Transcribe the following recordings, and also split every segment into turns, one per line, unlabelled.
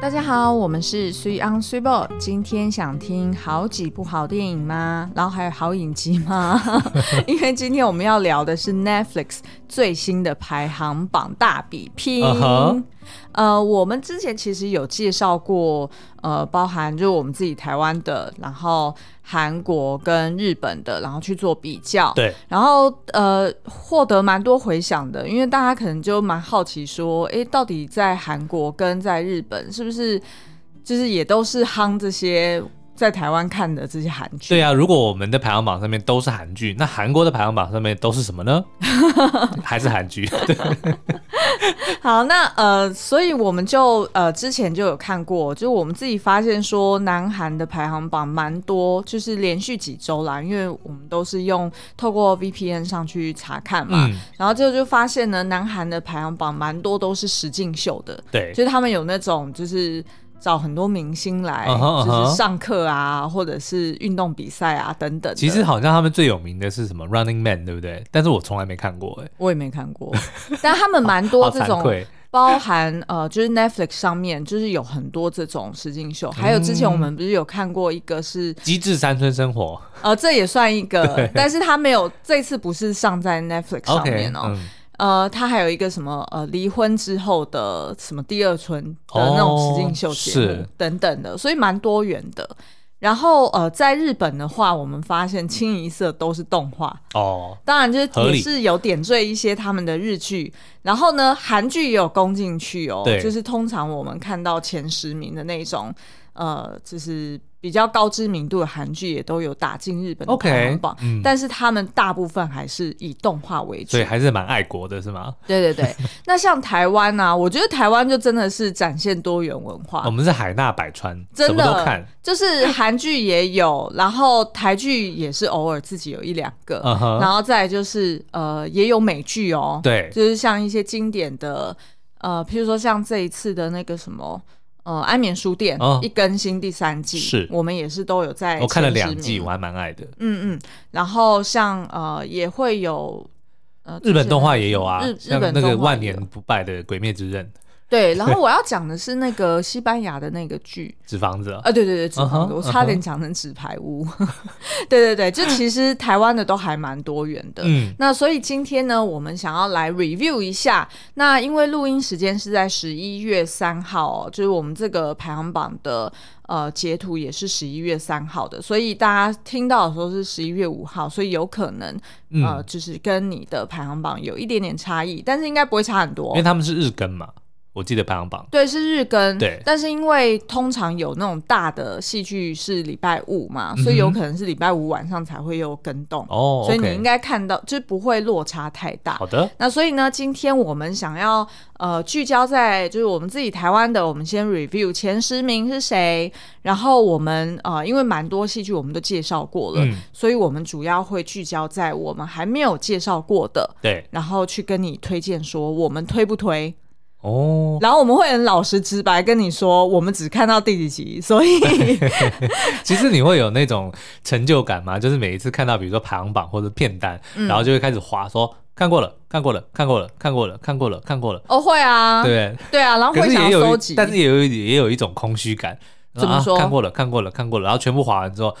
大家好，我们是 Three on Three Ball。今天想听好几部好电影吗？然后还有好影集吗？ 因为今天我们要聊的是 Netflix 最新的排行榜大比拼。
啊哈
呃，我们之前其实有介绍过，呃，包含就是我们自己台湾的，然后韩国跟日本的，然后去做比较。
对，
然后呃，获得蛮多回响的，因为大家可能就蛮好奇说，诶，到底在韩国跟在日本是不是就是也都是夯这些在台湾看的这些韩剧？
对啊，如果我们的排行榜上面都是韩剧，那韩国的排行榜上面都是什 么呢？还是韩剧？对，
好，那呃，所以我们就呃之前就有看过，就是我们自己发现说，南韩的排行榜蛮多，就是连续几周啦，因为我们都是用透过 VPN 上去查看嘛，
嗯，
然后就就发现呢，南韩的排行榜蛮多都是实境秀的，
对，
就是他们有那种就是。找很多明星来
嗯哼嗯哼
就是上课啊，或者是运动比赛啊等等的。
其实好像他们最有名的是什么《Running Man》，对不对？但是我从来没看过、哎，
我也没看过， 但他们蛮多
好
哦这
惭
种
愧。
包含呃，就是 Netflix 上面就是有很多这种实境
嗯
秀，还有之前我们不是有看过一个是
《机智山村生活
呃，这也算一个
对，
但是它没有这次不是上在 Netflix》上
OK，
面哦、
嗯，
呃，它还有一个什么呃，离婚之后的什么第二春的那种实境秀节
哦
目、
是
等等的，所以蛮多元的。然后呃，在日本的话，我们发现清一色都是动画，
哦，
当然就是
合
也
理
是有点缀一些他们的日剧，然后呢，韩剧也有攻进去哦，
对
就是通常我们看到前十名的那种，呃，就是比较高知名度的韩剧也都有打进日本的
OK，
排行榜
嗯
但是他们大部分还是以动画为主
所以，还是蛮爱国的，是吗？
对对 对。那像台湾啊，我觉得台湾就真的是展现多元文化，
哦我们是海纳百川，什
真
么都
的
看。
就是韩剧也有，然后台剧也是偶尔自己有一两个，
嗯哼
然后再来就是呃也有美剧哦，
对
就是像一些经典的呃，譬如说像这一次的那个什么。呃，安眠书店、
哦
一更新第三季，
是
我们也是都有在。
我看了两季，我，还蛮爱的。
嗯嗯，然后像呃也会有呃
日本动画
之前
也有啊
日，日
像
本
那
动
个
画
万
也有
年不败的《鬼灭之刃》
对。然后我要讲的是那个西班牙的那个剧，
纸房子。
啊，对对对，纸房
嗯
子，
哼
我差点讲成纸牌屋。 对对对，就其实台湾的都还蛮多元的。
嗯，
那所以今天呢，我们想要来 review 一下。那因为录音时间是在十一月三号、哦，就是我们这个排行榜的呃截图也是十一月三号的，所以大家听到的时候是十一月五号，所以有可能、
嗯
呃就是跟你的排行榜有一点点差异，但是应该不会差很多哦
因为。他们是日更嘛，我记得排行榜。
对，是日更。
对
但是因为通常有那种大的戏剧是礼拜五嘛，所以
嗯哼
有可能是礼拜五晚上才会有跟动，
哦，
所以你
OK
应该看到，就是不会落差太大
好。的，
那所以呢，今天我们想要呃聚焦在就是我们自己台湾的，我们先 review 前十名是谁，然后我们呃因为蛮多戏剧我们都介绍过了，
嗯
所以我们主要会聚焦在我们还没有介绍过的，
对，
然后去跟你推荐说我们推不推。
哦，
然后我们会很老实直白跟你说，我们只看到第几集，所以
其实你会有那种成就感吗？就是每一次看到比如说排行榜或者片单，
嗯
然后就会开始划说看过了，看过了，看过了，看过了，看过了，看过了，
哦会啊，
对。
对啊，然后
可
会
是
想
也
要
有
收
一，
集，
但是也有一也有一种空虚感。
怎么说
啊看过了，看过了，看过了，然后全部划完之后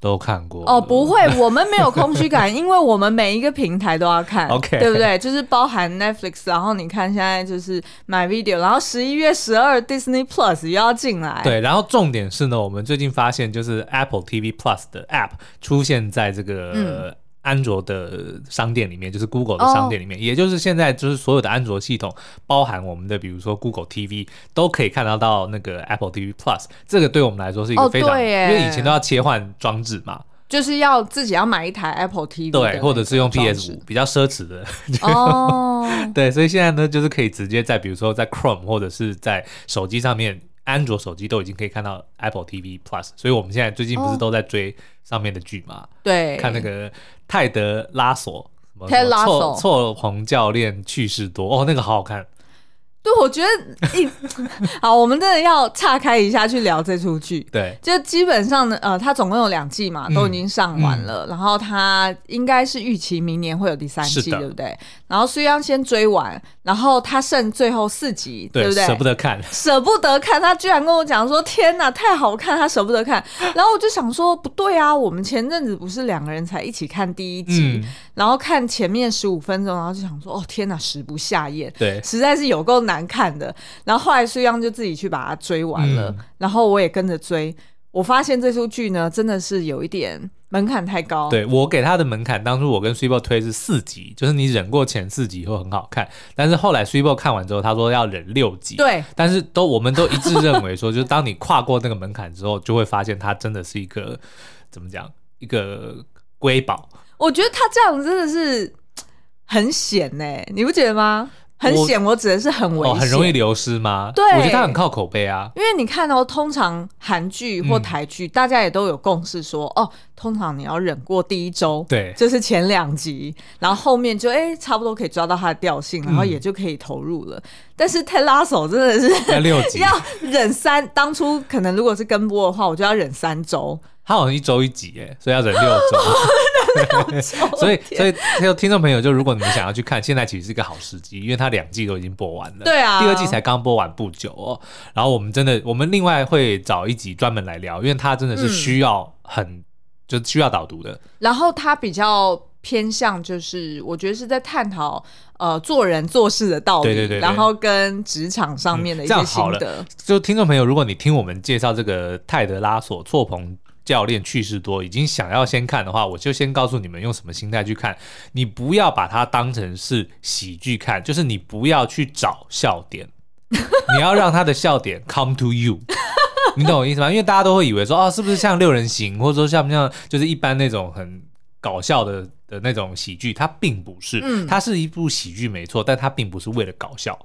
都看过了
哦，不会，我们没有空虚 感，因为我们每一个平台都要看
OK
对不对？就是包含 Netflix，然后你看现在就是 My Video，然后十一月十二 Disney Plus 又要进来，
对，然后重点是呢，我们最近发现就是 Apple TV Plus 的 App 出现在这个。
嗯
安卓的商店里面，就是 Google 的
哦
商店里面也就是现在就是所有的安卓系统，包含我们的比如说 Google TV，都可以看得到那个 Apple TV Plus。这个对我们来说是一
哦
个非常，
对耶
因为以前都要切换装置嘛，
就是要自己要买一台 Apple TV，的
对，或者是用
那种装
PS
置
五比较奢侈的，
哦。
对，所以现在呢，就是可以直接在比如说在 Chrome 或者是在手机上面，安卓手机都已经可以看到 Apple TV Plus。所以我们现在最近不
哦
是都在追上面的剧嘛？
对，
看那个泰德拉索。什么
Ted
什么
Lasso
错错棚教练去世多哦，那个好好看，
对，我觉得一 好，我们真的要岔开一下去聊这出剧。
对，
就基本上呢，呃，它总共有两季嘛，
嗯
都已经上完了，然后它应该是预期明年会有第三季，
是的
对不对？然后苏央先追完，然后他剩最后四集，对
对，
不对？
舍不得 看，
舍不得看，他居然跟我讲说：“天哪，太好看，他舍不得 看。”然后我就想说：“不对啊，我们前阵子不是两个人才一起看第一集，
嗯，
然后看前面十五分钟，然后就想说：‘哦，天哪，食不下咽。’
对，
实在是有够难看的。然后后来苏央就自己去把它追完了，
嗯
然后我也跟着追。我发现这出剧呢，真的是有一点门槛太高。
对我给他的门槛，当初我跟 s u p e 推是四集，就是你忍过前四集会很好看，但是后来 s u p e 看完之后，他说要忍六集，
对
但是都我们都一致认为说，就是当你跨过那个门槛之后，就会发现它真的是一个怎么讲，一个瑰宝。
我觉得他这样真的是很险呢、你不觉得吗？很
我
险，我指的是很危
哦，
险、
很容易流失吗？
对
我觉得它很靠口碑啊。
因为你看哦，通常韩剧
嗯
或台剧，大家也都有共识说，哦，通常你要忍过第一周，
对
就是前两集，然后后面就哎、差不多可以抓到它的调性，然后
嗯
也就可以投入了。但是泰拉手真的 是
要六集，
要忍三，当初可能如果是跟播的话，我就要忍三周。
它好像一周一集耶，所以要忍 六周。 所以，所以就听众朋友，就如果你们想要去看，现在其实是一个好时机，因为它两季都已经播完了，
对啊
第二季才刚播完不久哦。然后我们真的，我们另外会找一集专门来聊，因为它真的
嗯
是需要很，就需要导读的。
然后它比较偏向就是，我觉得是在探讨呃做人做事的道理，
对对对对
然后跟职场上面的一
嗯这
些
样
心
好了
得。
就听众朋友，如果你听我们介绍这个泰德拉索错棚教练趣事多，已经想要先看的话，我就先告诉你们用什么心态去看。你不要把它当成是喜剧看，就是你不要去找笑点，你要让他的笑点 come to you。你 懂我意思吗？因为大家都会以为说，哦，是不是像六人行，或者说像不像就是一般那种很搞笑的的那种喜剧？它并不是，
嗯
它是一部喜剧没错，但它并不是为了搞笑。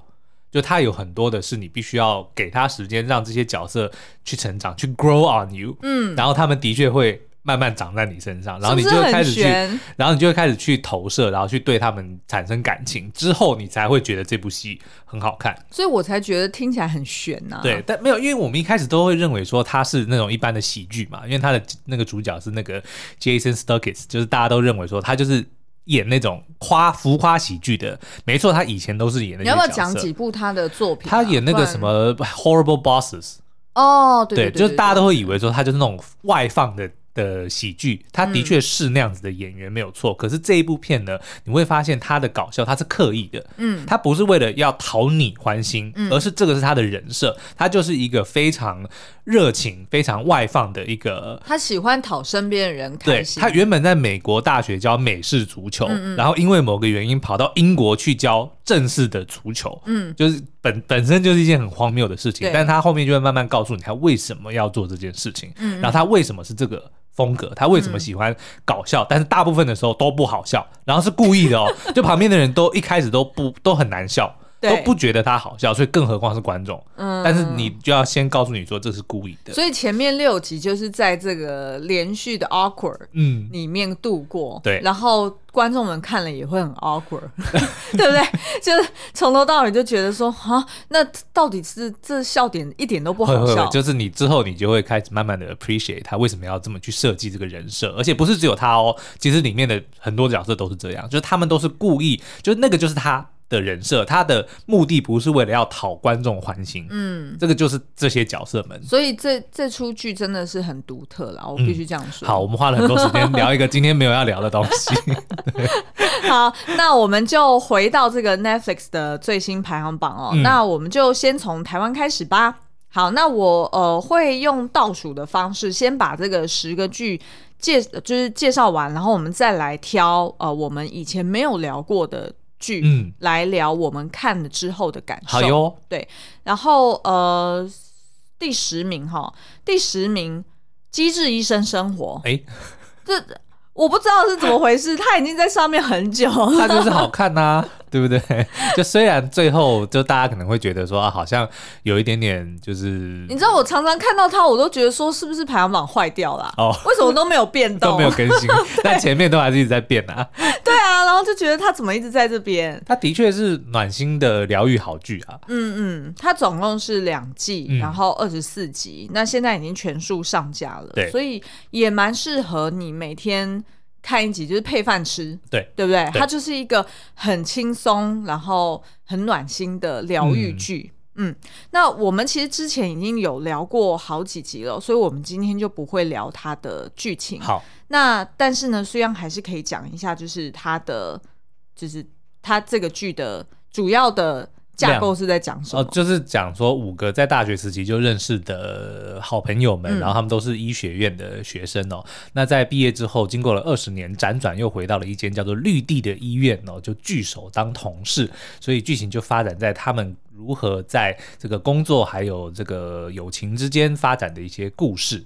就它有很多的是你必须要给他时间，让这些角色去成长，去 grow on you，
嗯，
然后他们的确会慢慢长在你身上，然后你
是
就
不是
会
很
开始去，
悬
然后你就会开始去投射，然后去对他们产生感情，之后你才会觉得这部戏很好看。
所以我才觉得听起来很悬呐、
对，，但没有，因为我们一开始都会认为说它是那种一般的喜剧嘛，因为它的那个主角是那个 Jason Sudeikis，就是大家都认为说他就是演那种夸浮夸喜剧的，没错，他以前都是演那
你
些
要不要
角
讲
色
几部他的作品啊、
他演那
不
个
然
什么 Horrible Bosses，
哦，对对对，
就是大家都会以为说他就是那种外放的的喜
嗯
剧，他的确是那样子的演员、没有错。可是这一部片呢，你会发现他的搞笑他是刻意的，
嗯，
他不是为了要讨你欢心，
嗯
而是这个是他的人设，他就是一个非常热情、非常外放的一个
他喜欢讨身边的人开
对
心，嗯
他原本在美国大学教美式足球，然后因为某个原因跑到英国去教正式的足球，
嗯，
就是本本身就是一件很荒谬的事情
对，
但他后面就会慢慢告诉你他为什么要做这件事情，
嗯
然后他为什么是这个。风格，他为什么喜欢搞
嗯
笑？但是大部分的时候都不好笑，然后是故意的 哦。就旁边的人都一开始都不都很难笑，
对
都不觉得他好笑，所以更何况是观众。
嗯
但是你就要先告诉你说这是故意的。
所以前面六集就是在这个连续的 awkward
嗯，
里面度过，
对
然后观众们看了也会很 awkward，对不 对？就是从头到尾就觉得说，啊，那到底是这笑点一点都不
会
好
会
笑，
会，就是你之后你就会开始慢慢的 appreciate 他为什么要这么去设计这个人设，而且不是只有他哦，其实里面的很多角色都是这样，就是他们都是故意，就是那个就是他的人设，他的目的不是为了要讨观众欢心，
嗯。
这个就是这些角色们。
所以这这出剧真的是很独特啦，我必须这样说。
好，我们花了很多时间聊一个今天没有要聊的东 西，
好，那我们就回到这个 Netflix 的最新排行榜哦。
嗯
那我们就先从台湾开始吧。好，那我呃会用倒数的方式，先把这个十个剧介呃就是介绍完，然后我们再来挑呃我们以前没有聊过的剧，
嗯
来聊我们看了之后的感受。
好哟，
然后呃第十名哈，第十名《机智医生生活》
哎，
这我不知道是怎么回事，他已经在上面很久了。
他就是好看呐、啊 对不对？就虽然最后就大家可能会觉得说啊，好像有一点点就是
你知道我常常看到他，我都觉得说是不是排行榜坏掉了、
哦
为什么都没有变动？
都没有更新，但前面都还是一直在变啊。
对啊，然后就觉得他怎么一直在这边？
它的确是暖心的疗愈好剧啊，
嗯嗯，它总共是两季，
嗯
然后二十四集，那现在已经全数上架了，
对
所以也蛮适合你每天看一集，就是配饭吃，
对
对不对？
对
它就是一个很轻松，然后很暖心的疗愈剧。嗯那我们其实之前已经有聊过好几集了，所以我们今天就不会聊它的剧情。
好，
那但是呢，虽然还是可以讲一下，就是它的，就是它这个剧的主要的架构是在讲什么？
哦，就是讲说五个在大学时期就认识的好朋友们，
嗯
然后他们都是医学院的学生哦。那在毕业之后，经过了二十年辗转，又回到了一间叫做绿地的医院哦，就聚首当同事。所以剧情就发展在他们如何在这个工作还有这个友情之间发展的一些故事。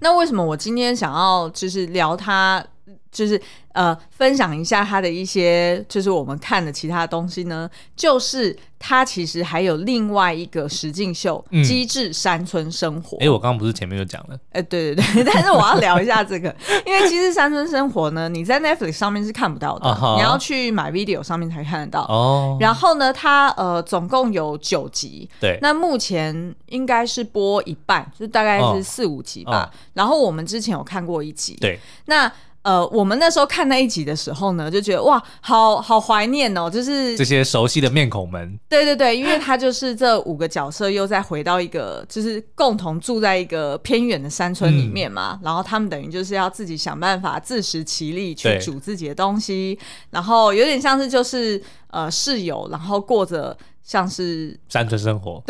那为什么我今天想要就是聊它，就是呃分享一下它的一些就是我们看的其他东西呢？就是它其实还有另外一个实境秀
嗯哎
《机智山村生活》
诶，我刚刚不是前面就讲了，
哎、对对 对，但是我要聊一下这 个，因为其实《山村生活》呢，你在 Netflix 上面是看不到的
啊哈
你要去买 video 上面才看得到。
哦，
然后呢，它呃总共有九集，
对，
那目前应该是播一半，就大概
哦
是四五集吧。
哦
然后我们之前有看过一集，
对，
那。呃，我们那时候看那一集的时候呢，就觉得哇，好好怀念哦，就是
这些熟悉的面孔们，
对对对，因为他就是这五个角色又再回到一个，就是共同住在一个偏远的山村里面
嗯
嘛，然后他们等于就是要自己想办法自食其力去
对
煮自己的东西，然后有点像是就是呃室友，然后过着像是
山村生活，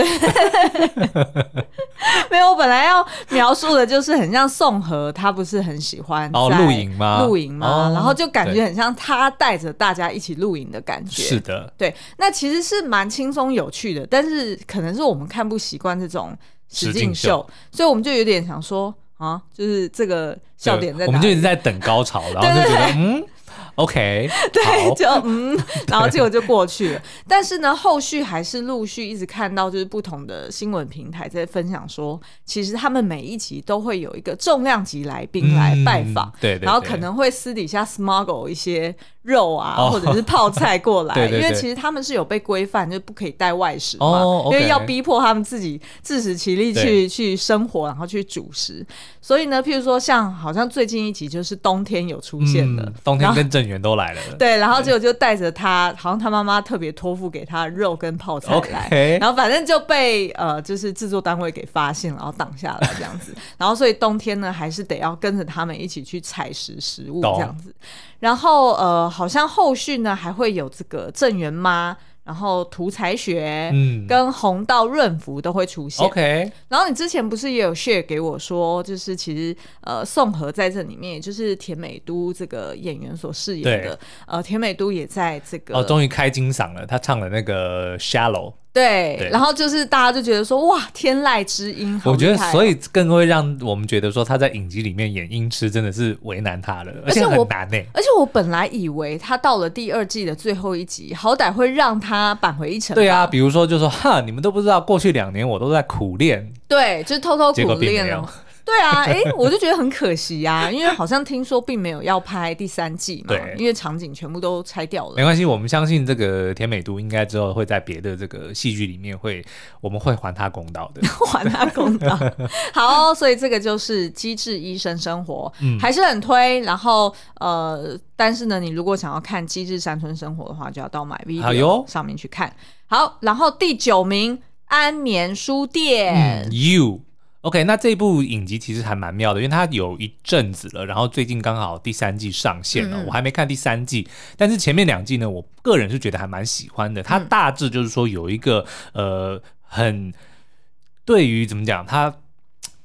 没有，我本来要描述的就是很像宋和，他不是很喜欢
哦
在
露营吗
露营嘛，
哦
然后就感觉
对
很像他带着大家一起露营的感觉，
是的，
对，那其实是蛮轻松有趣的，但是可能是我们看不习惯这种实
实
境
境
秀，所以我们就有点想说啊，就是这个笑点在
我
哪
们就一
里？
直在等高潮，然后就觉得嗯，OK，
对，
好，
就嗯，然后结果就过去了。但是呢，后续还是陆续一直看到，就是不同的新闻平台在分享说，其实他们每一集都会有一个重量级来宾来拜访。
嗯对对，
然后
对
可能会私底下 smuggle 一些肉啊，
哦
或者是泡菜过来，
对对对
因为其实他们是有被规范，就不可以带外食嘛，
哦，OK
因为要逼迫他们自己自食其力去
对
去生活，然后去主食。所以呢，譬如说像好像最近一集就是冬天有出现的，
嗯冬
然
天
后
跟郑源都来了。
对，然后结果就带着他，好像他妈妈特别托付给他肉跟泡菜来
OK
然后反正就被呃就是制作单位给发现，然后挡下来这样 子。然后所以冬天呢，还是得要跟着他们一起去采食食物
懂
这样子。然后呃，好像后续呢还会有这个郑源妈，然后涂才学。
嗯
跟红到润福都会出现。
，OK，
然后你之前不是也有 share 给我说，就是其实呃，宋和在这里面，也就是田美都这个演员所饰演的
对，
呃，田美都也在这个、
哦，终于开金嗓了，他唱了那个 Shallow，
对，
对
然后就是大家就觉得说，哇，天籁之音，好
我觉得
厉害哦
所以更会让我们觉得说他在影集里面演音痴真的是为难他了，
而
而
且
且
我
很难欸呢。
而且我本来以为他到了第二季的最后一集，好歹会让他扳回一城。
对啊，，比如说就说哈，你们都不知道过去两年我都在苦练，
对，就是偷偷
结
苦
果并
练
没有
了。对啊，哎、 我就觉得很可惜呀、因为好像听说并没有要拍第三季嘛
对，
因为场景全部都拆掉了
没。关系，我们相信这个田美都应该之后会在别的这个戏剧里面会，我们会还他公道的。
还他公 道。好、所以这个就是《机智医生生活》
嗯
还是很推。然后呃，但是呢，你如果想要看《机智山村生活》的话，就要到买 V
好哟
上面去看。好，然后第九名《安眠书店》
嗯，You。OK，那这部影集其实还蛮妙的，因为它有一阵子了，然后最近刚好第三季上线了、
嗯嗯
我还没看第三季，但是前面两季呢，我个人是觉得还蛮喜欢的。它大致就是说有一个、呃，很对于怎么讲，他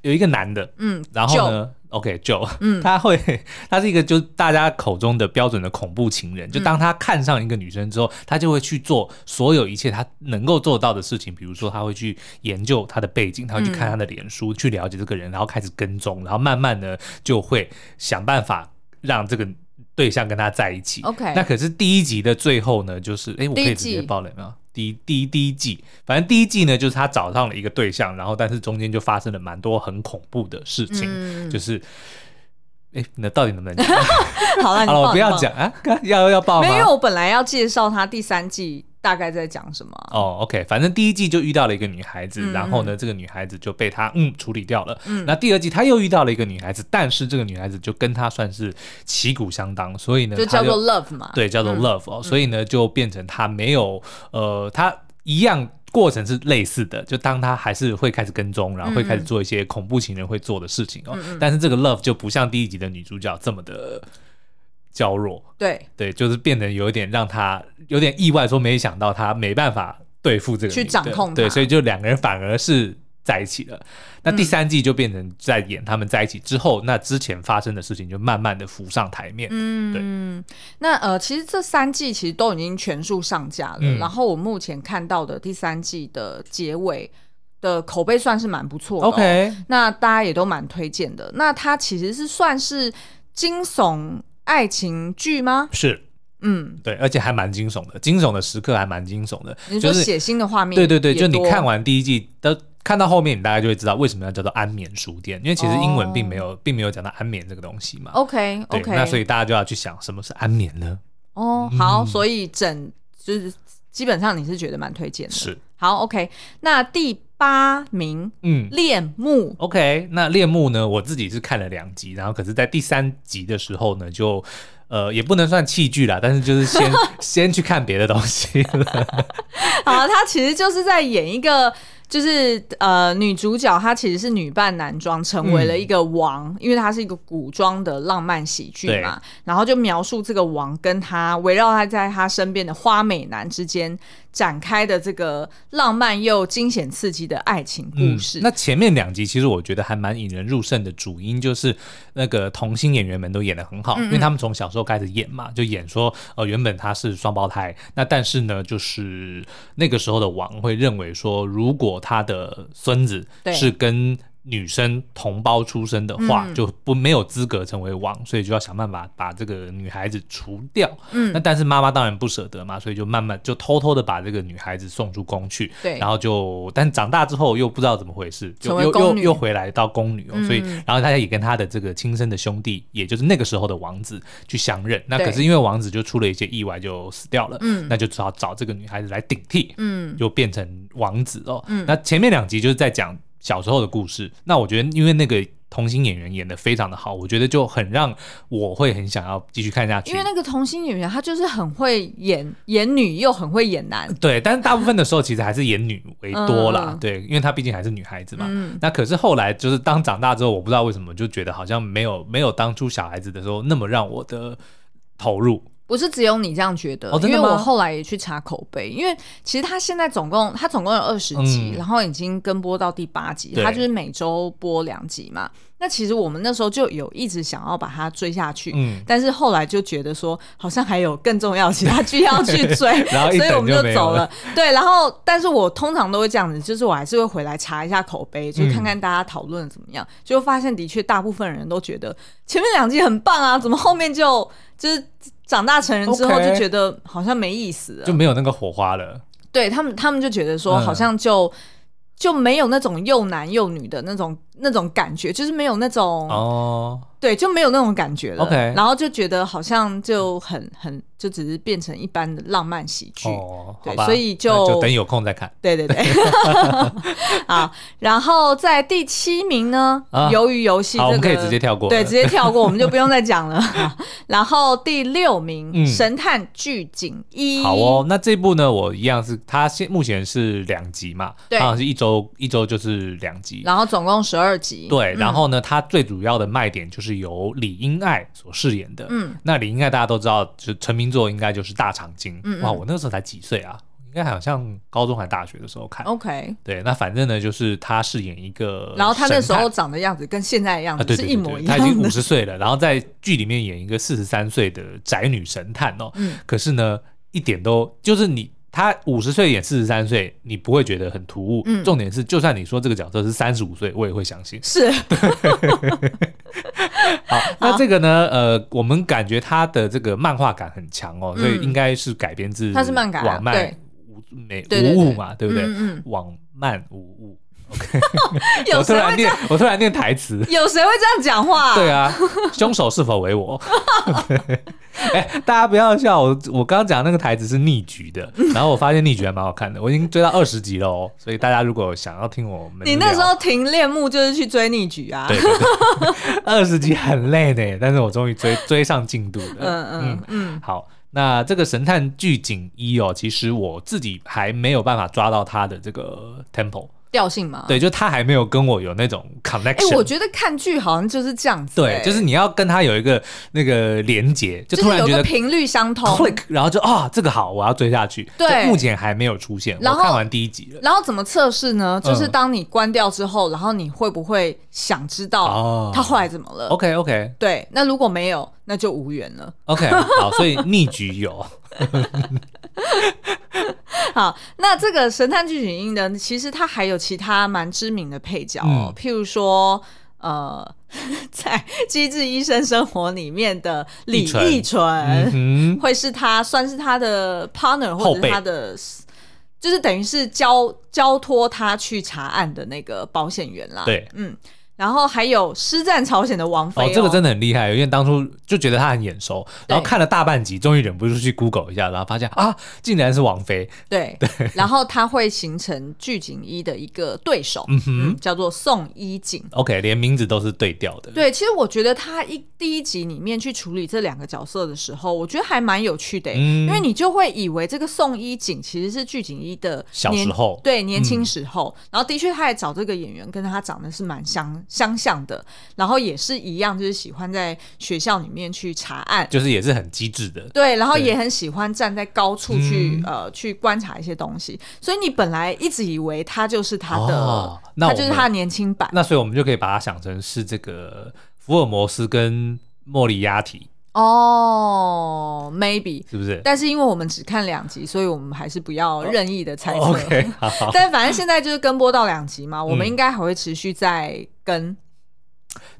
有一个男的，
嗯，
然后呢？OK，Joe，
嗯
他会， 他是一个就是大家口中的标准的恐怖情
嗯
人。就当他看上一个女生之后，他就会去做所有一切他能够做到的事情，比如说他会去研究他的背景，他会去看他的脸书，去了解这个人，然后开始跟踪，然后慢慢的就会想办法让这个对象跟他在一起。
OK
那可是第一集的最后呢，就是哎，我可
第一
以直
季
接爆雷吗？第一第一第一季，反正第一季呢，就是他找上了一个对象，然后但是中间就发生了蛮多很恐怖的
嗯
事情，就是。哎，那到底能 不能讲？
好了，你
好了，我
放
不
你
要
放
讲啊，要要爆吗？
没有，我本来要介绍他第三季大概在讲什么啊。
哦，OK，反正第一季就遇到了一个女孩子，
嗯
然后呢，这个女孩子就被他嗯处理掉了。那第二季他又遇到了一个女孩子，但是这个女孩子就跟他算是旗鼓相当，所以呢，
就
他
叫做 love 嘛。
对叫做 love
嗯
哦，所以呢就变成他没有呃，他一样过程是类似的，就当他还是会开始跟踪，然后会
嗯
开始做一些恐怖情人会做的事情哦，但是这个 love 就不像第一集的女主角这么的娇弱，
对，
对，就是变得有一点让他有点意外，说没想到他没办法对付这个
去
女
掌
的
控
对，
她嗯
所以就两个人反而是在一起了。那第三季就变成在演他们在一起之后，那之前发生的事情就慢慢的浮上台面。
嗯，那呃，其实这三季其实都已经全数上架了。
嗯
然后我目前看到的第三季的结尾的口碑算是蛮不错的哦、
OK，
那大家也都蛮推荐的。那它其实是算是惊悚爱情剧吗？
是
嗯，
对，而且还蛮惊悚的，惊悚的时刻还蛮惊悚的。
你说
就是
血腥的画面也多，
对对对，就你看完第一季的。看到后面，你大概就会知道为什么要叫做安眠书店，因为其实英文并没有、并没有讲到安眠这个东西嘛。
，OK
对
哦 OK，
那所以嗯大家就要去想什么是安眠呢？
哦，好，所以整就是基本上你是觉得蛮推荐的。
是，
好，OK。那第八名
嗯
《恋慕》
OK，那恋慕呢？我自己是看了两集，然后可是，在第三集的时候呢，就呃也不能算弃剧啦，但是就 是先先去看别的东西了。
好啊，他其实就是在演一个。就是呃，女主角她其实是女扮男装，成为了一个王，因为她是一个古装的浪漫喜剧嘛。然后就描述这个王跟他围绕他在他身边的花美男之间展开的这个浪漫又惊险刺激的爱情故事。
嗯那前面两集其实我觉得还蛮引人入胜的，主因就是那个童星演员们都演得很好，
嗯
因为他们从小时候开始演嘛，就演说呃原本他是双胞胎，那但是呢，就是那个时候的王会认为说，如果他的孙子
对嗯
是跟女生同胞出身的话，就不没有资格成为王，所以就要想办法把这个女孩子除掉。嗯，那但是妈妈当然不舍得嘛，所以就慢慢就偷偷的把这个女孩子送出宫去。
对
然后就但长大之后又不知道怎么回事，
成
就
为
又
宫
又
女嗯
又回来到宫女哦，所以然后他也跟他的这个亲生的兄弟，也就是那个时候的王子去相认。那
对
可是因为王子就出了一些意外就死掉了，嗯，那就只好找这个女孩子来顶替，嗯，就变成王子哦。嗯，那前面两集就是在讲小时候的故事。那我觉得因为那个。童星演员演的非常的好，我觉得就很让我会很想要继续看下去。
因为那个童星演员，他就是很会演演女，又很会演男。
对，但是大部分的时候其实还是演女为多
嗯
啦，
嗯
对，因为她毕竟还是女孩子嘛。那可是后来就是当长大之后，我不知道为什么就觉得好像没有没有当初小孩子的时候那么让我的投入。
不是只有你这样觉得，
哦真
因
的
为
吗
我后来也去查口碑，因为其实他现在总共他总共有二十集，
嗯
然后已经跟播到第八集，
对
他就是每周播两集嘛。那其实我们那时候就有一直想要把它追下去，
嗯
但是后来就觉得说好像还有更重要的其他剧要去追，
然后一
所以我们
等就没有
走
了
了。 对，然后但是我通常都会这样子，就是我还是会回来查一下口碑，
嗯
就是看看大家讨论得怎么样，就发现的确大部分人都觉得前面两季很棒啊，怎么后面就就是长大成人之后
OK
就觉得好像没意思
就
了，
没有那个火花了。
对他们他们就觉得说
嗯
好像就。就没有那种又男又女的那种那种感觉，就是没有那种
哦，
对，就没有那种感觉了。
OK
然后就觉得好像就很很就只是变成一般的浪漫喜剧。
哦，
对
好吧，
所以
那
就
就等有空再看。
对对 对，好，然后在第七名呢，
啊
鱿鱼游戏、这个
好，我们可以直接跳过了。
对，直接跳 过，我们就不用再讲了。 然后第六名，
嗯
神探巨警一》。
好哦，，那这部呢，我一样是它现目前是两集嘛，
对
它好像是一周一周就是两集，
然后总共十二集。
对，然后呢，他最主要的卖点就是由李英爱所饰演的。
嗯，
那李英爱大家都知道，就是成名作应该就是《大长今》。
嗯
哇，我那个时候才几岁啊？应该好像高中还大学的时候看。
，OK。
对，那反正呢，就是他饰演一个神探，
哦然后他那时候长的样子跟现在的样
啊，
子
对
是
对
一
对
模
对，
一
他
样
已经
的
五。十岁了，然后在剧里面演一个四十三岁的宅女神探哦。
嗯
可是呢，一点都就是你。他五十岁演四十三岁，你不会觉得很突兀。
嗯
重点是，就算你说这个角色是三十五岁，我也会相信。
是，
好，那这个呢？呃，我们感觉它的这个漫画感很强哦，所以
嗯
应该是改编自
它是漫改啊
网漫
对
无美
对对对
无物嘛，对不对？
嗯嗯
网漫无物，
嗯，有
我突
谁
然
会
念，我突然念台词，
有谁会这样讲话、
对啊，凶手是否 为我？哎、大家不要笑，我我刚刚讲那个台词是逆局的，然后我发现逆局还蛮好看的，我已经追到二十集了哦，所以大家如果想要听我们聊，
你那时候停恋慕就是去追逆局啊。
对 二十集很累呢，但是我终于追追上进度了，
嗯嗯嗯，
好，那这个神探巨警一哦，其实我自己还没有办法抓到他的这个 tempo，、
调性嘛。
对，就他还没有跟我有那种
嗯哎、
connection。
我觉得看剧好像就是这样子、哎
对，就是你要跟他有一个那个连接，就
就
突
是
然
有
觉
个
得
频率相同。
click，然后就啊，这个好，我要追下去。
对
就目前还没有出现。
然
我
后
看完第一集了。
然后怎么测试呢？就是
嗯
当你关掉之后，然后你会不会想知
哦
道他后来怎么了？
OK OK
对，那如果没有，那就无缘了。
OK，好，所以逆局 有，
好，那这个神探巨警鹰呢，其实它还有其他蛮知名的配角哦，
嗯
譬如说。呃， 在《机智医生生活》里面的李
奕晨
奕
嗯
纯，
哼，
会是他算是他的 partner 或
后
者
辈
是他的，就是等于是交交托他去查案的那个保险员啦。
对，
嗯，然后还有施战朝鲜的王菲、
哦，这个真的很厉害，因为当初就觉得他很眼熟，然后看了大半集，终于忍不住去 Google 一下，然后发现啊，竟然是王菲，
对，然后他会形成巨警一的一个对手，
嗯哼
嗯，叫做宋一景。
，OK，连名字都是对调的，
对，其实我觉得他一第一集里面去处理这两个角色的时候，我觉得还蛮有趣的欸、
嗯
因为你就会以为这个宋一景其实是具景一的
小
年
时候
对年
嗯
轻时候，然后的确他也找这个演员跟他长得是蛮相相像的，然后也是一样，就是喜欢在学校里面去查案。
就是也是很机智的，
对，然后
对嗯
也很喜欢站在高处去、呃去观察一些东西，所以你本来一直以为他就是他的，
哦那
他
我
就是
们
他的年轻版
那所以我们就可以把它想成是这个福尔摩斯跟莫里亚蒂，
哦，maybe，
是不是？
但是因为我们只看两集，所以我们还是不要任意的猜测。
OK，好好。嗯
但反正现在就是跟播到两集嘛，我们应该还会持续再跟，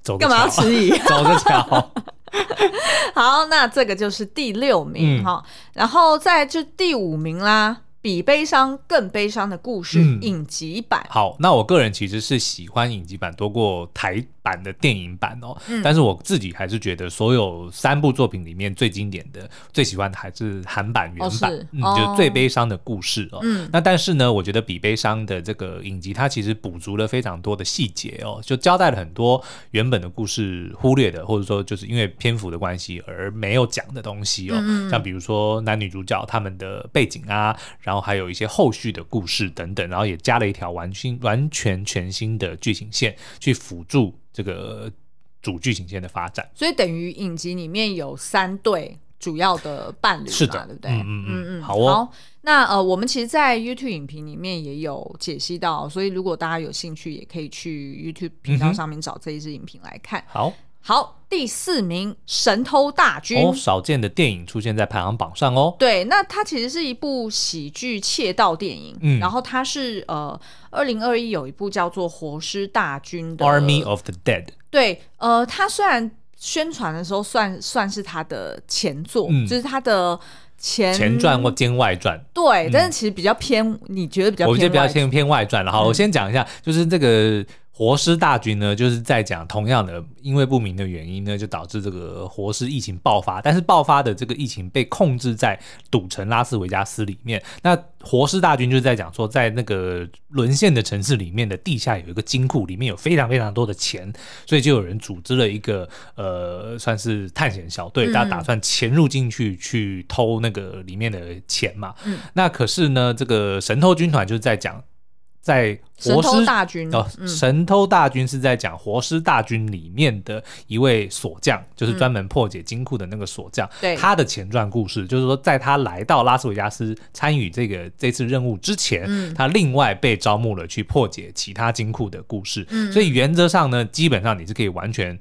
走个
干嘛要
桥
迟疑？
走着瞧。
好，那这个就是第六名
嗯
哈、然后再就第五名啦，比悲伤更悲伤的故事、
嗯
影集版，
好，那我个人其实是喜欢影集版多过台版的电影版哦，
嗯
但是我自己还是觉得所有三部作品里面最经典的、最喜欢的还是韩版原版，
哦是
嗯，
哦
就是最悲伤的故事哦。
嗯
那但是呢，我觉得比悲伤的这个影集，它其实补足了非常多的细节哦，就交代了很多原本的故事忽略的，或者说就是因为篇幅的关系而没有讲的东西哦。像比如说男女主角他们的背景啊，然后还有一些后续的故事等等，然后也加了一条完新完全全新的剧情线去辅助这个主剧情线的发展。
所以等于影集里面有三对主要的伴侣嘛，
是的
对不对？
嗯嗯嗯好
好
哦
那呃，我们其实，在 YouTube 影评里面也有解析到，所以如果大家有兴趣，也可以去 YouTube 频
嗯
道
哼
上面找这一支影评来看。
好，
好，第四名《神偷大军》
哦，少见的电影出现在排行榜上哦。
对，那它其实是一部喜剧窃盗电影，
嗯
然后它是呃，二零二一有一部叫做《活尸大军》的
哦 Army of the Dead，
对，呃，它虽然宣传的时候算算是它的前作，
嗯
就是它的前
前传
嗯
或兼外传，
对，但是其实比较偏，你觉得比较
我们就
偏
不要
外嗯
先偏外传了。好，我先讲一下，就是这个活尸大军呢，就是在讲同样的，因为不明的原因呢，就导致这个活尸疫情爆发，但是爆发的这个疫情被控制在赌城拉斯维加斯里面。那活尸大军就是在讲说，在那个沦陷的城市里面的地下有一个金库，里面有非常非常多的钱，所以就有人组织了一个呃，算是探险小
嗯
队，大家打算潜入进去去偷那个里面的钱嘛。那可是呢，这个神偷军团就是在讲，在
神
活
偷
尸
大军
哦，
嗯
神偷大军是在讲活尸大军里面的一位锁匠，就是专门破解金库的那个锁匠。
嗯对
他的前传故事就是说，在他来到拉斯维加斯参与这个这次任务之前，
嗯
他另外被招募了去破解其他金库的故事。
嗯
所以原则上呢，基本上你是可以完全。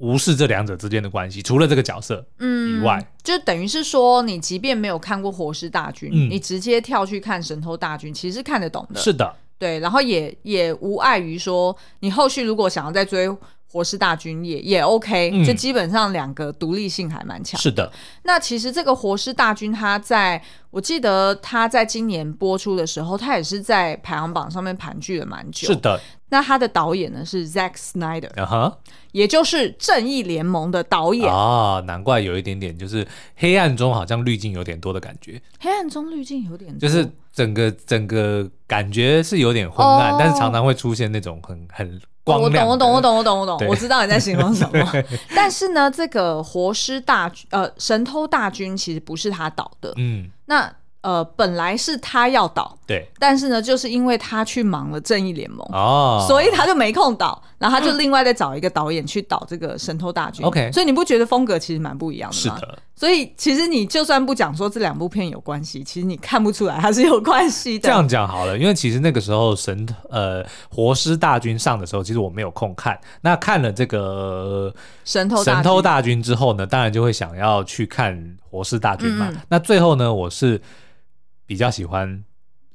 无视这两者之间的关系，除了这个角色，
嗯
以外，
就等于是说，你即便没有看过《活尸大军》
嗯
你直接跳去看《神偷大军》，其实是看得懂的，
是的，
对，然后也也无碍于说，你后续如果想要再追《活尸大军也也 OK，、
嗯
这基本上两个独立性还蛮强。
是的，
那其实这个活尸大军，它在我记得它在今年播出的时候，它也是在排行榜上面盘踞了蛮久。
是的，
那它的导演呢是 Zack Snyder，
啊哈，
也就是《正义联盟》的导演。
啊，难怪有一点点就是黑暗中好像滤镜有点多的感觉，
黑暗中滤镜有点多
就是整个整个感觉是有点昏暗，
哦
但是常常会出现那种很很光
我
亮
懂，
的
我懂，我懂，我懂，我懂，
对
我知道你在形容什么。 但是呢，这个活尸大军呃神偷大军其实不是他导的，
嗯，
那呃本来是他要导，
对，
但是呢，就是因为他去忙了正义联盟。
哦，
所
以
以他就没空导，然后他就另外再找一个导演去导这个神偷大军。
OK
所以你不觉得风格其实蛮不一样的吗？
是的，
所以其实你就算不讲说这两部片有关系，其实你看不出来它是有关系的。
这样讲好了，因为其实那个时候神呃活尸大军上的时候，其实我没有空看，那看了这个
神偷大
神
军
偷大军之后呢，当然就会想要去看活尸大军嘛。
嗯嗯
那最后呢，我是比较喜欢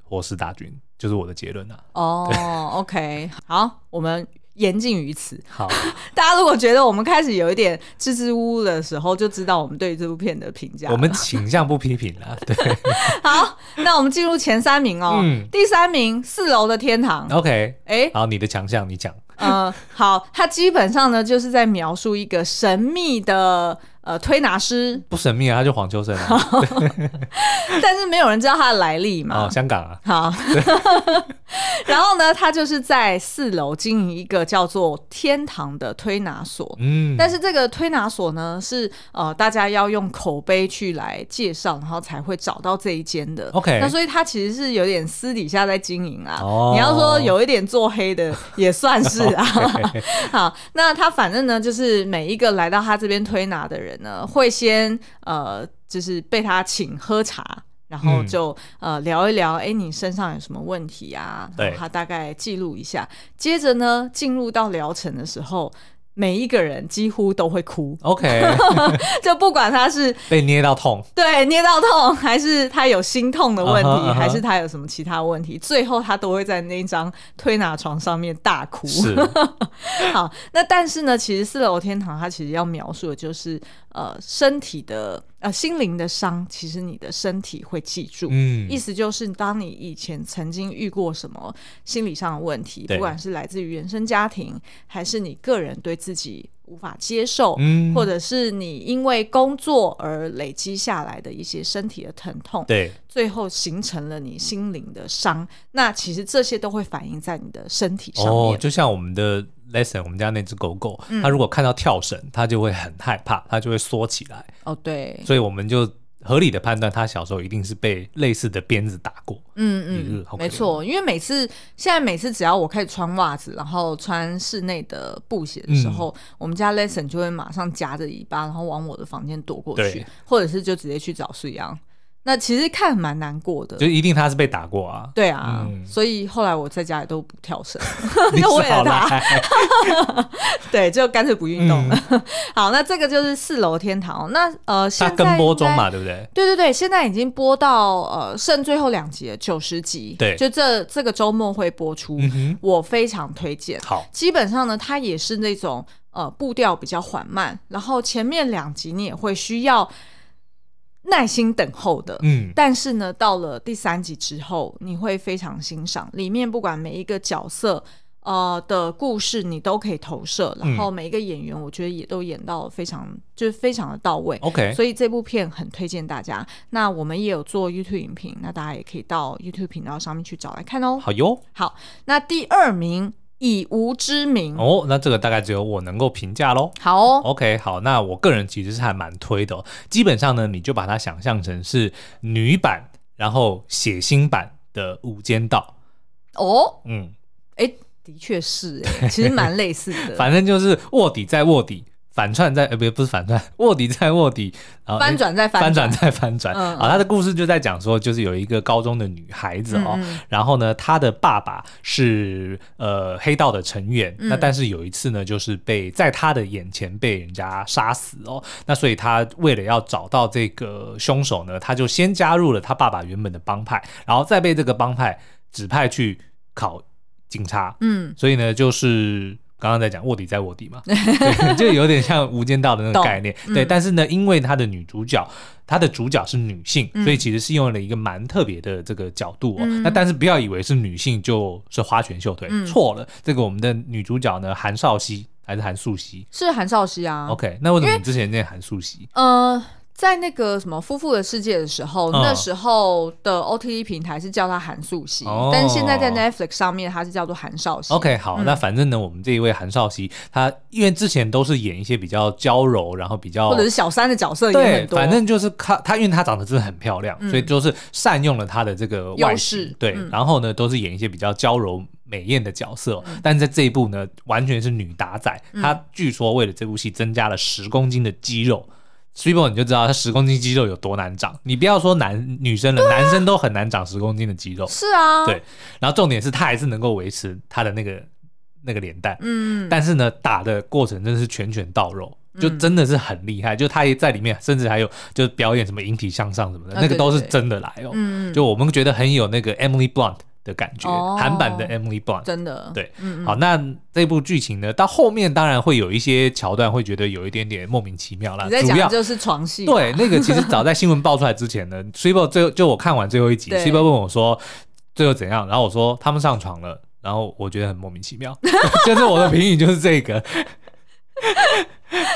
活尸大军，就是我的结论 啊。
哦，OK，好，我们言尽于此。
好，
大家如果觉得我们开始有一点支支吾吾的时候，就知道我们对这部片的评价了。
我们倾向不批评啦。对
好，那我们进入前三名哦。
嗯哦
第三名，四楼的天堂。
，OK，
哎、
好，你的强项你讲。
呃，好，它基本上呢就是在描述一个神秘的呃推拿师，
不神秘啊，他就黄秋 生啊，
但是没有人知道他的来历嘛。
哦，香港啊，
好，然后呢，他就是在四楼经营一个叫做“天堂”的推拿所。
嗯，
但是这个推拿所呢，是呃大家要用口碑去来介绍，然后才会找到这一间的。
OK
那所以它其实是有点私底下在经营啊。
哦
你要说有一点做黑的也算是 啊。好，那他反正呢，就是每一个来到他这边推拿的人呢，会先呃就是被他请喝茶。然后
嗯
就、呃聊一聊，哎，你身上有什么问题啊？然后
对，
他大概记录一下。接着呢，进入到疗程的时候，每一个人几乎都会哭
OK，
就不管他是
被捏到 痛，
对捏到痛，还是他有心痛的问题
啊哈啊哈
还是他有什么其他问题，最后他都会在那张推拿床上面大哭。
是
好，那但是呢，其实四楼天堂它其实要描述的就是呃身体的呃心灵的伤，其实你的身体会记住。
嗯
意，思就是，当你以前曾经遇过什么心理上的问题，
对
不管是来自于原生家庭，还是你个人对自己无法接受，
嗯
或者是你因为工作而累积下来的一些身体的疼痛，
对，
最后形成了你心灵的伤。那其实这些都会反映在你的身体上
哦
面，。嗯
就像我们的 lesson，我们家那只狗狗，它如果看到跳绳，它就会很害怕，它就会缩起来，
哦对，
所以我们就合理的判断，它小时候一定是被类似的鞭子打过。一
嗯
日
嗯
好，可
没错，因为每次现在每次只要我开始穿袜子，然后穿室内的布鞋的时
嗯
候，我们家 Lesson 就会马上夹着尾巴，然后往我的房间躲过去
对，
或者是就直接去找睡阳。那其实看蛮难过的
就。一定它是被打过啊，
对啊，
嗯
所以后来我在家里都不跳绳，
你
就为了
少
他，
来，
对，就干脆不运动了。 好，那这个就是四楼天堂。那呃，
嗯它
现在
跟播
应该
中嘛，对不对？
对对对，现在已经播到呃剩最后两集了，九十集，
对
就这这个周末会播出，
嗯哼，
我非常推荐。
好，
基本上呢，它也是那种呃步调比较缓慢，然后前面两集你也会需要耐心等候的。
嗯，
但是呢，到了第三集之后，你会非常欣赏里面不管每一个角色呃的故事，你都可以投射，
嗯
然后每一个演员，我觉得也都演到非常就是非常的到位。
哦 OK，
所以这部片很推荐大家。那我们也有做 YouTube 影评，那大家也可以到 YouTube 频道上面去找来看哦。
好哟。
好，那第二名以无之名，
哦，那这个大概只有我能够评价喽。
好哦，
OK，好，那我个人其实是还蛮推的、哦。基本上呢，你就把它想象成是女版，然后血腥版的《无间道》。
哦，
嗯，
哎、的确是、 哎，其实蛮类似的，
反正就是卧底在卧底，反串在呃，不不是反串，卧底在卧底，然后
翻转再
翻
转
转，再翻转。
嗯
啊，他的故事就在讲说，就是有一个高中的女孩子哦，然后呢，她的爸爸是呃黑道的成员，那但是有一次呢，就是被在她的眼前被人家杀死哦，那所以她为了要找到这个凶手呢，她就先加入了她爸爸原本的帮派，然后再被这个帮派指派去考警察，
嗯，
所以呢，就是刚刚在讲卧底在卧底嘛， 对就有点像《无间道》的那个
懂嗯
概念。对，但是呢，因为它的女主角，它的主角是女性，
嗯
所以其实是用了一个蛮特别的这个角度哦。那但是不要以为是女性就是花拳绣腿，
嗯
错了。这个我们的女主角呢，韩少熙还是韩素熙
是韩少熙啊。
？OK，那为什么你之前念韩素熙？
呃，在那个什么《夫妇的世界》的时候，
嗯
那时候的 OTT 平台是叫他韩素汐，
哦
但是现在在 Netflix 上面，他是叫做韩少熙。
OK，好，那反正呢，我们这一位韩少熙，他因为之前都是演一些比较娇柔，然后比较
或者是小三的角色也
哦对
很，多，嗯
反正就是她，她因为她长得真的很漂亮，所以就是善用了她的这个外
优
形
势，嗯
对，然后呢都是演一些比较娇柔美艳的角色
嗯
哦，但是在这一部呢，完全是女打仔，她据说为了这部戏增加了十公斤的肌肉。s u p e 你就知道她十公斤肌肉有多难长，你不要说男女生了，
啊
男生都很难长十公斤的肌肉。
是啊，
对，然后重点是她还是能够维持她的那个那个脸蛋，
嗯，
但是呢，打的过程真的是拳拳到肉，就真的是很厉害。就他也在里面，甚至还有就表演什么引体向上什么的，
啊
那个都是
对对对
真的来哦。
嗯，
就我们觉得很有那个 Emily Blunt 的感觉，
哦
韩版的 Emily Blunt。
真的，
对，
嗯，嗯
好，那这部剧情呢，到后面当然会有一些桥段，会觉得有一点点莫名其妙啦。
你在
啊主
讲
要
的就是床戏，，
对，那个其实早在新闻爆出来之前呢 s u p e 最后就我看完最后一集 s
对
u p e 问我说最后怎样，然后我说他们上床了，然后我觉得很莫名其 妙，就是我的评语就是这个。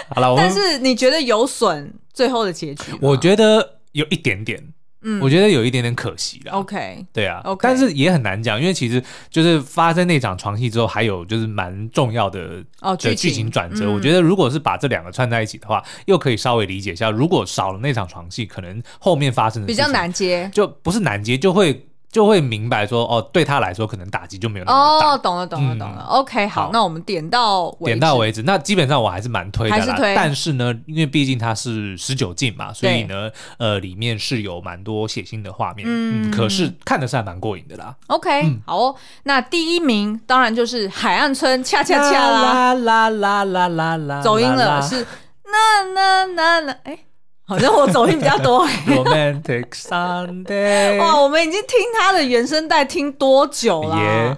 好了，我们
但是你觉得有损最后的结局吗？
我觉得有一点点，
嗯
我觉得有一点点可惜了。
OK，
对啊
OK
但是也很难讲，因为其实就是发生那场床戏之后，还有就是蛮重要的
哦
的
剧
剧
情
情转折。
嗯
我觉得如果是把这两个串在一起的话，又可以稍微理解一下。如果少了那场床戏，可能后面发生的
比
事
较
情
难接。
就不是难接，就会就会明白说，哦，对他来说可能打击就没有那么大。
哦，懂了，懂了，
嗯
懂了。OK，
好
好，那我们点到为
点
止
到为止，那基本上我还是蛮推的
还是
啦。
推
但是呢，因为毕竟它是十九禁嘛，所以呢，呃，里面是有蛮多血腥的画面，
嗯
嗯，可是看的是还蛮过瘾的啦。
OK，、好
嗯
哦。那第一名当然就是海岸村恰恰恰啦，
啦啦啦啦啦，
走音了是那那那那，哎、好像我走音比较多 哎、
Romantic Sunday，
哇，我们已经听他的原声带听多久啦？
耶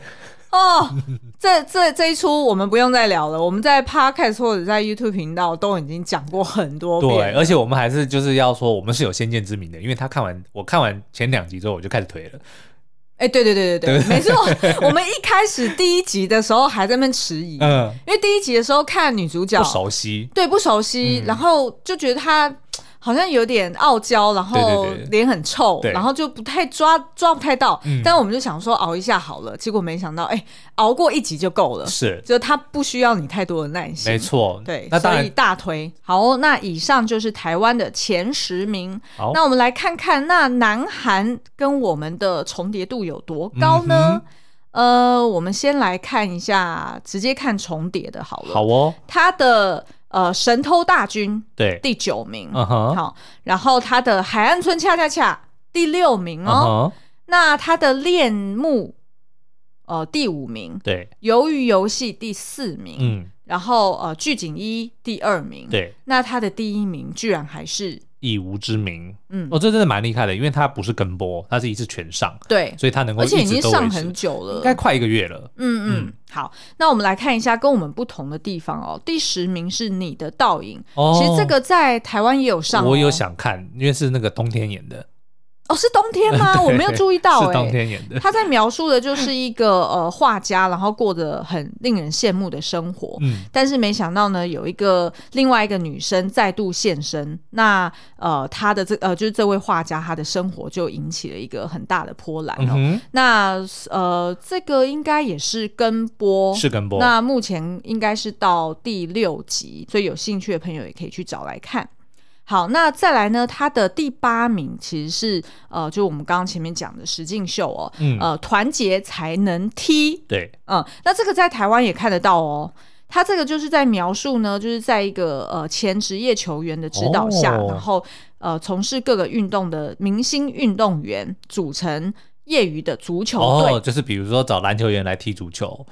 哦，这这这一出我们不用再聊了，我们在 Podcast 或者在 YouTube 频道都已经讲过很多
对，
遍。
而且我们还是就是要说，我们是有先见之明的，因为他看完我看完前两集之后，我就开始推了。
哎、对对对对对，没错。我们一开始第一集的时候还在那边迟疑，
嗯，
因为第一集的时候看女主角
不熟嗯悉，
对不熟悉，然后就觉得他好像有点傲娇，然后
对对对
脸很臭，
对嗯
然后就不太抓抓不太到。但我们就想说熬一下好了，结果没想到，哎、熬过一集就够了，
是
就他不需要你太多的耐心。
没错。
对，
那当
所
然
以大推好哦、那以上就是台湾的前十名
好。
那我们来看看，那南韩跟我们的重叠度有多
嗯
高呢？呃，我们先来看一下，直接看重叠的好了。
好哦，
他的呃《神偷大军》
对，
第九名，
嗯哼，
好，哦然后他的《海岸村恰恰恰》第六名
嗯
哦，
哼，
那他的《恋慕》呃第五名，
对，
《鱿鱼游戏》第四名，
嗯，
然后呃《剧景一》第二名，，
对，
那他的第一名居然还是
以无之名，
嗯
哦，这真的蛮厉害的，因为它不是跟播，它是一次全上，
对，
所以它能够
而且
一
已
直
经
都
上
维持，
很久
应
了，
该快一个月了。
嗯
嗯
嗯，好，那我们来看一下跟我们不同的地方哦。第十名是你的倒影，
哦
其实这个在台湾也有上、哦，
我有想看，因为是那个冬天演的，
哦，是冬天 吗？我没有注意到
是
哎、
冬天演的，
他在描述的就是一个呃画家，然后过着很令人羡慕的生活。
嗯，
但是没想到呢，有一个另外一个女生再度现身，那呃，她的这呃就是这位画家，她的生活就引起了一个很大的波澜
嗯
哦。
哼，
那呃，这个应该也是跟播，
是跟播，
哦那目前应该是到第六集，所以有兴趣的朋友也可以去找来看。好，那再来呢？它的第八名其实是呃，就我们刚刚前面讲的石敬秀哦，
嗯，
呃，团结才能踢，
对，
嗯，那这个在台湾也看得到哦。他这个就是在描述呢，就是在一个呃前职业球员的指导下，
哦
然后呃从事各个运动的明星运动员组成业余的足球队。
哦，就是比如说找篮球员来踢足球，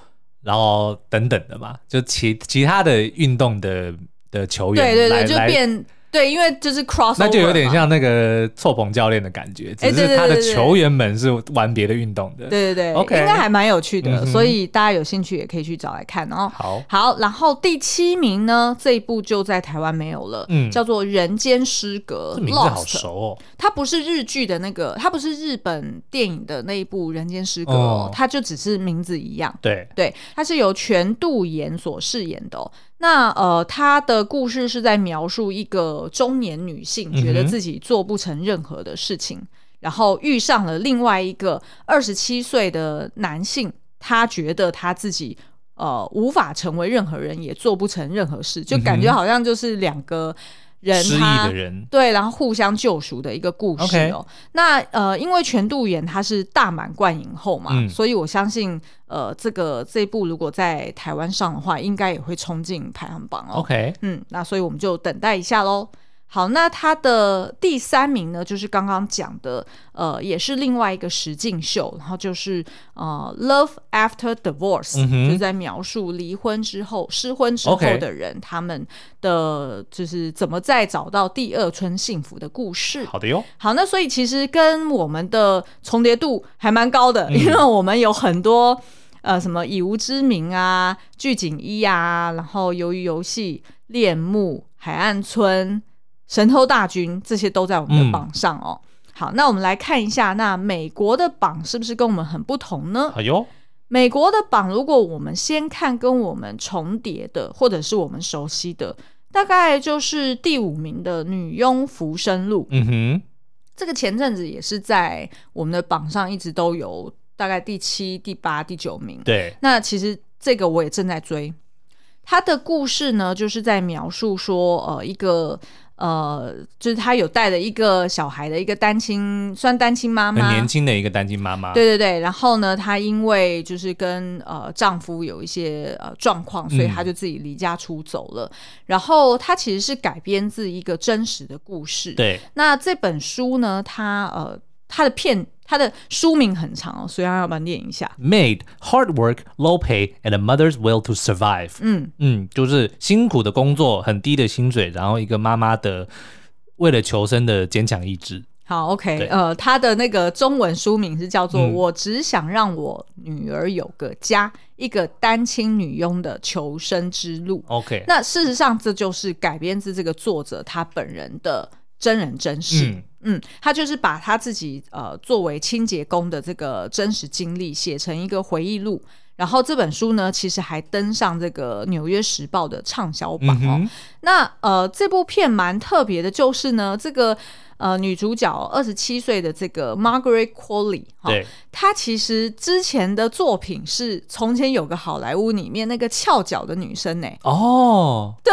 然后等等的嘛，就其其他的运动的的球员
对对对，
来
就
来
变对，因为就是 cross，
那就有点。像那个错棚教练的感觉，只
哎对
是
对
他的
对对对
球员们是玩别的运动的。
对对对
OK
应该还蛮有趣的，
嗯哼
所以大家有兴趣也可以去找来看哦。
好，
好，然后第七名呢，这一部就在台湾没有了，
嗯
叫做《人间失格
这》名字好
（Lost）。
熟哦。
它不是日剧的那个，它不是日本电影的那一部《人间失格》哦
哦，
它就只是名字一样。
对，
对，它是由全度妍所饰演的、哦。那呃，她的故事是在描述一个中年女性觉得
嗯哼
自己做不成任何的事情，然后遇上了另外一个二十七岁的男性，他觉得他自己。呃，无法成为任何人，也做不成任何事，就感觉
嗯哼
好像就是两个人
失忆
他
的人，
对，然后互相救赎的一个故事
OK
哦。那呃，因为全度妍她是大满贯影后嘛，
嗯
所以我相信呃，这个这一部如果在台湾上的话，应该也会冲进排行榜哦。
OK，
嗯，那所以我们就等待一下喽。好，那它的第三名呢，就是刚刚讲的，呃，也是另外一个实境秀，然后就是呃，Love After Divorce，、
嗯哼
就是在描述离婚之后、失婚之后
OK
的人他们的就是怎么再找到第二春幸福的故事。
好的哟。
好，那所以其实跟我们的重叠度还蛮高的，
嗯
因为我们有很多呃什么以无之名啊、剧景一啊，然后鱿鱼游戏、恋慕、海岸村、神偷大军这些都在我们的
嗯
榜上哦。好，那我们来看一下，那美国的榜是不是跟我们很不同呢？
好哟，
美国的榜，如果我们先看跟我们重叠的，或者是我们熟悉的，大概就是第五名的《女佣浮生录》。
嗯哼，
这个前阵子也是在我们的榜上一直都有，大概第七、第八、第九名。
对，
那其实这个我也正在追。他的故事呢，就是在描述说，呃，一个呃，就是他有带了一个小孩的一个单亲，算单亲妈
很
妈，
年轻的啊一个单亲妈妈。
对对对，然后呢，她因为就是跟呃丈夫有一些呃状况，所以
嗯
她就自己离家出走了。然后它其实是改编自一个真实的故事。，
对，
那这本书呢，它呃它的片它的书名很长哦，所以要不要念一下？
made hard work, low pay, and a mother's will to survive。
嗯
嗯，就是辛苦的工作，很低的薪水，然后一个妈妈的为了求生的坚强意志。
好，OK，
对
呃，它的那个中文书名是叫做《
嗯
我只想让我女儿有个家》，一个单亲女佣的求生之路。
OK，
那事实上，这就是改编自这个作者他本人的真人真事。嗯
嗯
他就是把他自己呃作为清洁工的这个真实经历写成一个回忆录。然后这本书呢，其实还登上这个《纽约时报》的畅销榜
嗯
哦。
哼，
那呃，这部片蛮特别的，就是呢，这个呃女主角二十七岁的这个 Margaret Qualley 哈、
对，
她其实之前的作品是《从前有个好莱坞》里面那个翘脚的女生呢、
哦，
对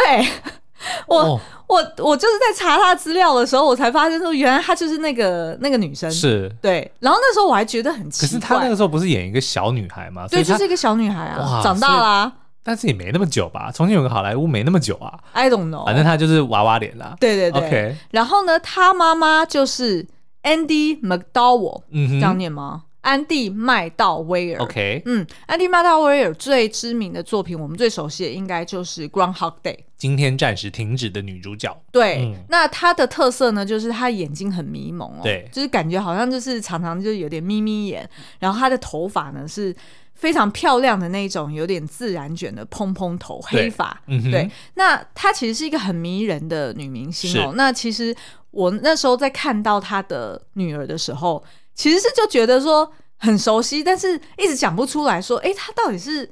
我、
哦，
我我就是在查她资料的时候，我才发现说，原来她就是那个那个女生。
是。
对，然后那时候我还觉得很奇怪。
可是她那个时候不是演一个小女孩吗？所
对，
以她
就是一个小女孩啊，
哇
长大啦、
但是也没那么久吧。从前有个好莱坞没那么久啊，
I don't know。
反正她就是娃娃脸啦。
哦对对对。
OK，
然后呢，她妈妈就是 Andy McDowell，、
嗯
这样
哼
念吗？安迪麦道威尔。
，OK，
嗯，安迪麦道威尔最知名的作品，我们最熟悉的应该就是《Groundhog Day》。
今天暂时停止的女主角，
对，
嗯
那他的特色呢，就是他眼睛很迷蒙哦，
对
就是感觉好像就是常常就有点眯眯眼，然后他的头发呢是非常漂亮的那种，有点自然卷的蓬蓬头黑发，
嗯哼
对，那她其实是一个很迷人的女明星哦。
是
那其实我那时候在看到她的女儿的时候，其实是就觉得说很熟悉，但是一直讲不出来说，诶，她到底是。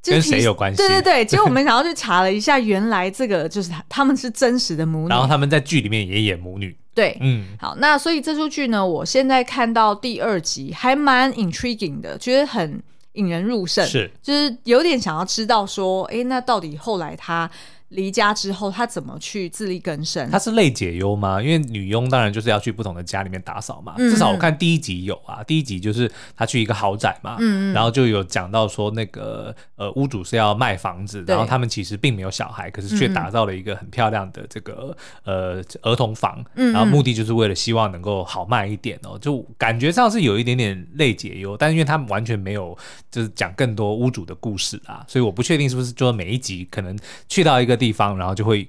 就是提
跟谁有关系
对对 对，结果我们想要去查了一下，原来这个就是他他们是真实的母女。
然后他们在剧里面也演母女，
对，
嗯，
好，那所以这出剧呢，我现在看到第二集还蛮 intriguing 的，觉得很引人入胜，
是
就是有点想要知道说，诶，那到底后来他离家之后，他怎么去自力更生？
她是类解忧吗？因为女佣当然就是要去不同的家里面打扫嘛。
嗯
至少我看第一集有啊，第一集就是她去一个豪宅嘛，
嗯
然后就有讲到说那个呃屋主是要卖房子，
对嗯
然后他们其实并没有小孩，可是却打造了一个很漂亮的这个呃儿童房，
嗯嗯
然后目的就是为了希望能够好卖一点哦，就感觉上是有一点点类解忧，但因为他们完全没有就是讲更多屋主的故事啊，所以我不确定是不是说每一集可能去到一个地方，然后就会。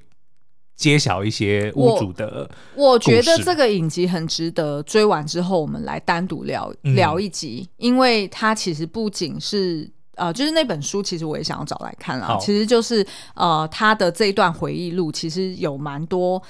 揭晓一些屋主的
我觉得
故事
这个影集很值得追完之后，我们来单独聊、
嗯
聊一集，因为它其实不仅是。呃，就是那本书，其实我也想要找来看啦
好。
其实就是呃，他的这一段回忆录，其实有蛮多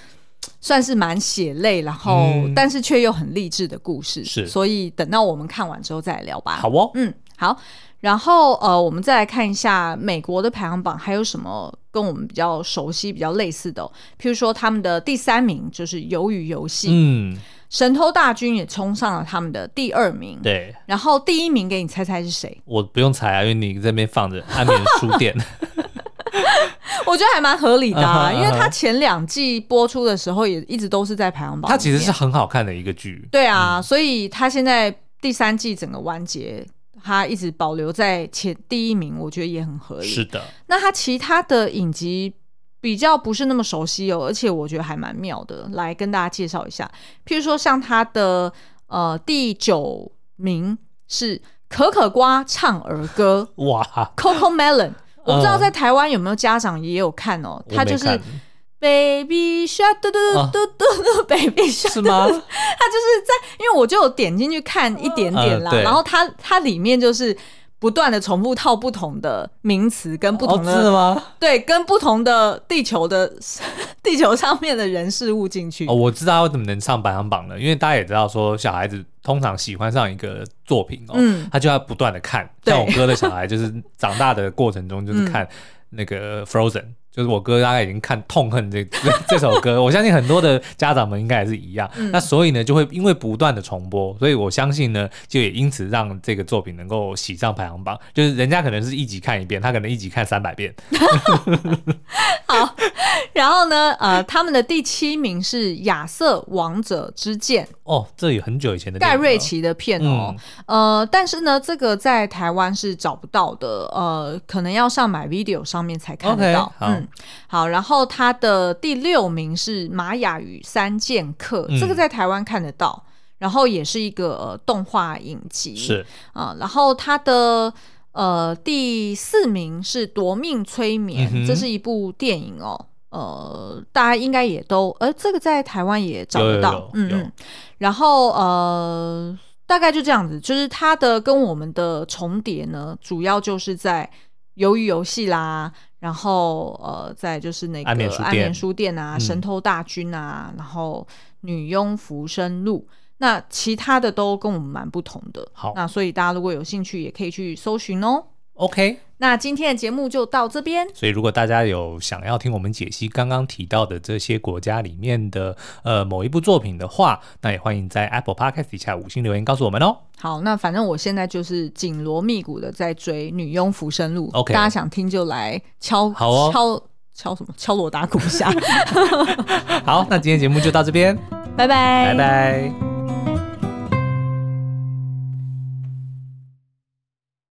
算是蛮血泪，然后、
嗯
但是却又很励志的故事。
是
所以等到我们看完之后再来聊吧。
好哦，
嗯，好。然后呃，我们再来看一下美国的排行榜还有什么跟我们比较熟悉、比较类似的哦、譬如说他们的第三名就是《鱿鱼游戏》
嗯，
神偷大军也冲上了他们的第二名。
对
然后第一名给你猜猜是谁？
我不用猜啊，因为你这边放着安眠书 店，
我觉得还蛮合理的、啊
嗯哼
因为
嗯
它
哼
前两季播出的时候也一直都是在排行榜里面。
它其实是很好看的一个剧，
对啊，所以它现在第三季整个完结，它一直保留在前第一名，我觉得也很合理。
是的，
那他其他的影集比较不是那么熟悉哦，而且我觉得还蛮妙的，来跟大家介绍一下。譬如说像他的呃第九名是可可瓜唱儿 歌
哇，
（Coco Melon）。我不知道在台湾有没有家长也有看哦，
嗯我
他就
没
是
看啊
Baby Shark 嘟嘟嘟嘟嘟嘟 Baby Shark，
是 吗？
他就是在，因为我就有点进去看一点点啦，
嗯对
然后它它里面就是不断的重复套不同的名词跟不
哦，
同
真的吗？
对，跟不同的地球的 地球上面的人事物进去。
哦，我知道他怎么能上排行榜了，因为大家也知道说，小孩子通常喜欢上一个作品哦，
嗯
他就要不断的看。
对嗯
像我哥的小孩，就是长大的过程中， 就是看那个 Frozen，、就是我哥大概已经看痛恨这这这首歌。我相信很多的家长们应该也是一样。
嗯
那所以呢，就会因为不断的重播，所以我相信呢，就也因此让这个作品能够喜上排行榜。就是人家可能是一集看一遍，他可能一集看三百遍。
然后呢，呃，他们的第七名是《亚瑟王者之剑》，
哦，这也很久以前的
盖
电影了嗯
瑞。奇的片哦。呃，但是呢，这个在台湾是找不到的，呃，可能要上买 video 上面才看得
OK，
到。
好
嗯，好。然后他的第六名是《玛雅与三剑客》，这个
嗯
在台湾看得到，然后也是一个、呃、动画影集。
是
啊、然后他的呃第四名是《夺命催眠
嗯》哼
这是一部电影哦。呃，大家应该也都，呃，这个在台湾也找
有
得
有
到，
有
嗯
有
嗯。然后呃，大概就这样子，就是它的跟我们的重叠呢，主要就是在鱿鱼游戏啦，然后呃，再就是那个
安眠书店
书店啊，
嗯
神偷大军啊，然后女佣浮生录。那其他的都跟我们蛮不同的，
好
那所以大家如果有兴趣，也可以去搜寻哦。
OK。
那今天的节目就到这边，
所以，如果大家有想要听我们解析刚刚提到的这些国家里面的呃某一部作品的话，那也欢迎在 Apple Podcast 底下五星留言告诉我们哦。
好，那反正我现在就是紧锣密鼓的在追《女佣浮生录》
OK
大家想听就来敲，
好哦
敲敲什么？敲锣打鼓一下，
好，那今天节目就到这边，
拜拜，
拜拜。